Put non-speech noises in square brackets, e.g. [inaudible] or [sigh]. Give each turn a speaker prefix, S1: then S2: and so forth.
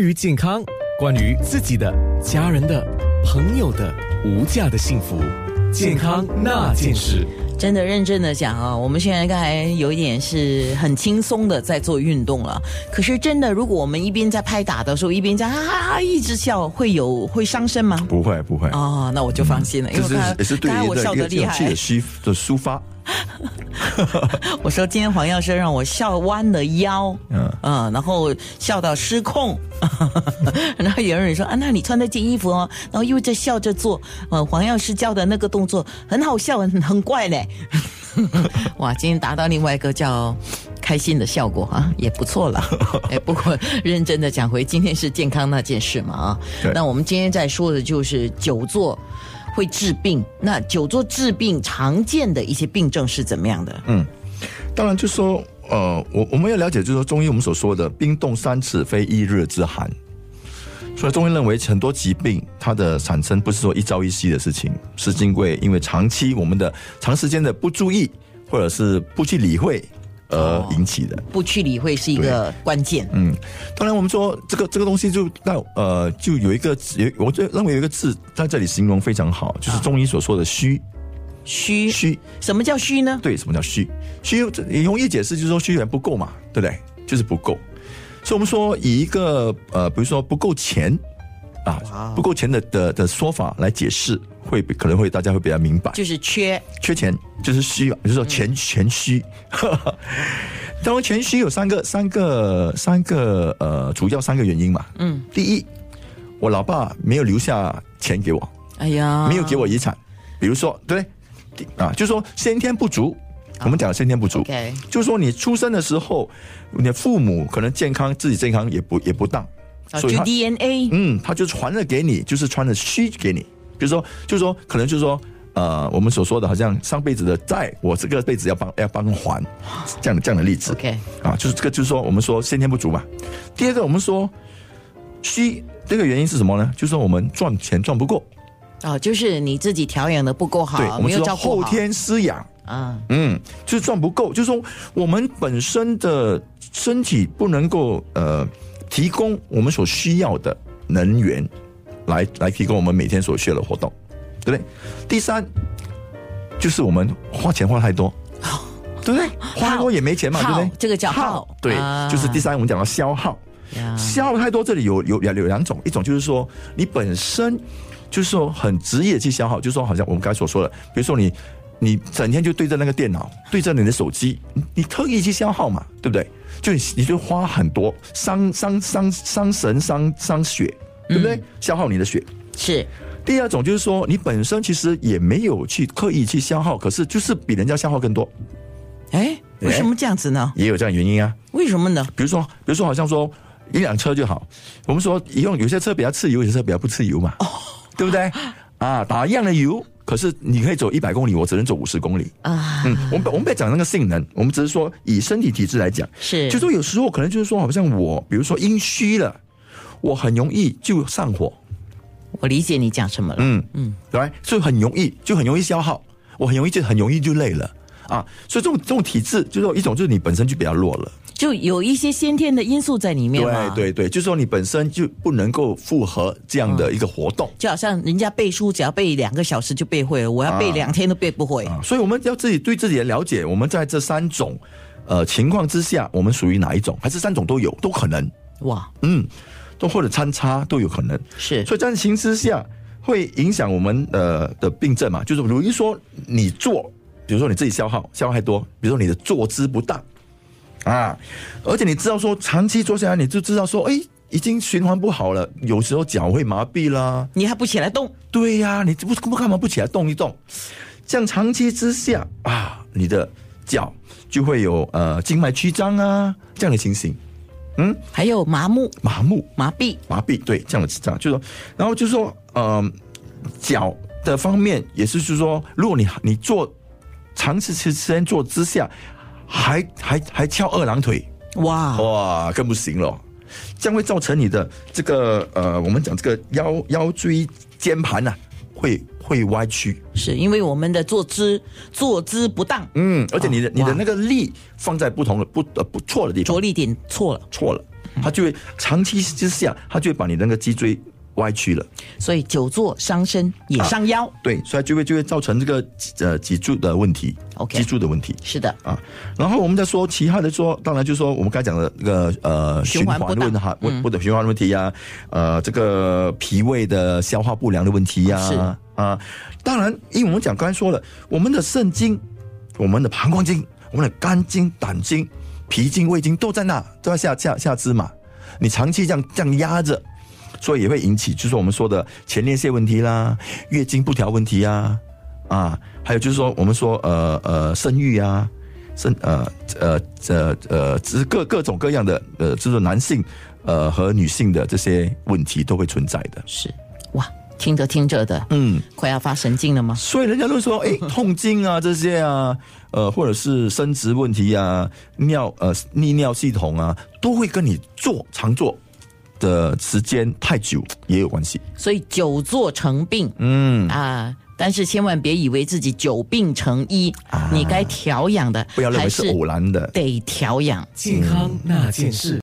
S1: 于健康，关于自己的、家人的、朋友的无价的幸福，健康那件事。
S2: 真的认真的讲啊，我们现在刚才有一点是很轻松的在做运动了。可是真的，如果我们一边在拍打的时候，一边在哈哈哈一直笑，会有会伤身吗？
S3: 不会不会，
S2: 哦，那我就放心了，因
S3: 这
S2: 为
S3: 是
S2: 刚
S3: 也是
S2: 才
S3: 对
S2: 刚才
S3: 于
S2: 我
S3: 的
S2: 笑
S3: 一个
S2: 得厉
S3: 勇气
S2: 害
S3: 的。抒的抒发。
S2: [laughs] 我说今天黄药师让我笑弯了腰，嗯
S3: 嗯
S2: 然后笑到失控， [laughs] 然后有人说啊，那你穿那件衣服哦，然后又在笑着做，呃，黄药师教的那个动作很好笑，很很怪嘞， [laughs] 哇，今天达到另外一个叫。开心的效果啊，也不
S3: [laughs]
S2: 错了。哎，不过认真的讲回今天是健康那件事嘛啊
S3: 对，
S2: 那我们今天在说的就是久坐会治病。那久坐治病常见的一些病症是怎么样的？
S3: 当然就说，呃，我我们要了解，就是说中医我们所说的“冰冻三尺，非一日之寒”。所以中医认为很多疾病它的产生不是说一朝一夕的事情，是因为因为长期我们的长时间的不注意或者是不去理会
S2: 哦
S3: 而引起的。
S2: 不去理会是一个关键。
S3: 嗯，当然我们说这个这个东西就那呃就有一个有我就认为有一个字在这里形容非常好，
S2: 啊
S3: 就是中医所说的虚
S2: 虚，
S3: 虚。
S2: 什么叫虚呢？
S3: 对，什么叫虚？虚这也容易解释，就是说虚源不够嘛，对不对？就是不够。所以我们说以一个呃，比如说不够钱
S2: 哇哦
S3: 啊，不够钱的的的说法来解释，会比可能会大家会比较明白。
S2: 就是嗯缺
S3: 缺钱就是虚嘛，就是说钱钱虚。 [laughs] 当然，钱虚有三个三个三个呃，主要三个原因嘛。
S2: 嗯，
S3: 第一，我老爸没有留下钱给我，
S2: 哎呀，
S3: 没有给我遗产，比如说对第啊，就是说先天不足。我们讲先天不足，
S2: 啊 OK，
S3: 就是说你出生的时候，你的父母可能健康，自己健康也不也不当，
S2: 啊
S3: 所以
S2: 就
S3: 他
S2: DNA
S3: 嗯，他就传了给你，就是传了虚给你，比如说，就是说，可能就是说，呃，我们所说的好像上辈子的债，我这个辈子要帮要帮还，这样的这样的例子
S2: OK，
S3: 啊，就是这个就是说，我们说先天不足嘛。第二个，我们说虚这个原因是什么呢？就是说我们赚钱赚不够，
S2: 哦，就是你自己调养的不够
S3: 对，
S2: 好，
S3: 我
S2: 没
S3: 们
S2: 有
S3: 就
S2: 照
S3: 说
S2: 顾
S3: 后
S2: 好。
S3: 天施养。
S2: 啊，
S3: 嗯，就是赚不够，就是说我们本身的身体不能够呃提供我们所需要的能源来来提供我们每天所需要的活动，对不对？第三就是我们花钱花太
S2: [laughs]
S3: 多，对不对？花太多也没钱嘛，对
S2: 耗
S3: 不对？
S2: 这个叫耗
S3: 对，
S2: 啊
S3: 就是第三我们讲到消耗，
S2: 呀
S3: 消耗太多，这里有有有有两种，一种就是说你本身就是说很职业去消耗，就是说好像我们刚才所说的，比如说你你整天就对着那个电脑，对着你的手机，你你特意去消耗嘛，对不对？就你你就花很多伤伤伤伤神伤伤血，对不对？消耗你的血。
S2: 是
S3: 第二种就是说你本身其实也没有去刻意去消耗，可是就是比人家消耗更多，
S2: 哎，为什么这样子呢？
S3: 也有这样的原因啊。
S2: 为什么呢？
S3: 比如说，比如说，好像说一辆车就好，我们说一用有些车比较吃油，有些车比较不吃油嘛，对不对？啊，打一样的油，可是你可以走一百公里，我只能走五十公里。
S2: 啊，
S3: 嗯，我们不我们不要讲那个性能，我们只是说以身体体质来讲，
S2: 是
S3: 就说有时候可能就是说，好像我，比如说阴虚了，我很容易就上火，
S2: 我理解你讲什么了。
S3: 嗯嗯，来，所以很容易就很容易消耗，我很容易就很容易就累了啊。所以这种这种体质，就是说一种就是你本身就比较弱了。
S2: 就有一些先天的因素在里面嘛。
S3: 对。对对，就是说你本身就不能够符合这样的一个活动、
S2: 就好像人家背书，只要背两个小时就背会了，我要背
S3: 啊
S2: 两天都背不会。
S3: 啊，所以我们要自己对自己的了解，我们在这三种呃情况之下，我们属于哪一种？还是三种都有，都可能，
S2: 哇，
S3: 嗯，都或者参差都有可能。
S2: 是
S3: 所以在情之下会影响我们呃的病症嘛，就是比如说你坐，比如说你自己消耗消耗太多，比如说你的坐姿不当啊，而且你知道说长期坐下来，你就知道说，哎，已经循环不好了，有时候脚会麻痹啦，
S2: 你还不起来动，
S3: 对呀、你不不干嘛不起来动一动？这样长期之下啊，你的脚就会有呃静脉曲张啊这样的情形，
S2: 还有麻木、
S3: 麻木
S2: 麻痹，
S3: 麻痹，对，这样的这样，就是说，然后就是说，嗯、脚的方面也是，就是说，如果你你坐长时间坐之下，还还还翘二郎腿，
S2: 哇，
S3: 哇，更不行了，这样会造成你的这个呃，我们讲这个腰腰椎间盘呐、啊会会歪曲，
S2: 是因为我们的坐姿坐姿不当，
S3: 嗯，而且你的、
S2: 哦
S3: 你
S2: 哇
S3: 的那个力放在不同的不呃不错的地
S2: 着
S3: 方，
S2: 力点错了。
S3: 错了，它就会长期之下，它就会把你那个脊椎歪曲了。
S2: 所以久坐伤身也伤腰。
S3: 对，所以它就会就会造成这个呃脊柱的问题
S2: OK
S3: 脊柱的问题
S2: 是的，
S3: 啊。然后我们再说其他的说，当然就是说我们刚才讲的那个呃
S2: 循环不当嗯
S3: 问哈，问或者循环问题呀、呃这个脾胃的消化不良的问题呀、
S2: 是
S3: 啊，当然，因为我们讲刚才说了，我们的肾经、我们的膀胱经、我们的肝经、胆经、脾经、胃经都在那，都在下下下肢嘛。你长期这样这样压着，所以也会引起，就是我们说的前列腺问题啦、月经不调问题啊，啊，还有就是说我们说呃呃生育啊。生呃呃呃呃，只各各种各样的呃，就是男性呃和女性的这些问题都会存在的。
S2: 是哇，听着听着的，
S3: 嗯，
S2: 快要发神经了吗？
S3: 所以人家都说，哎、痛经啊这些啊，呃，或者是生殖问题啊，尿呃泌尿系统啊，都会跟你坐常坐的时间太久也有关系。
S2: 所以久坐成病，
S3: 嗯，
S2: 啊。但是千万别以为自己久病成医，你该调养的
S3: 啊不要认
S2: 还
S3: 为是偶然的。
S2: 得调养。
S1: 健康那件事。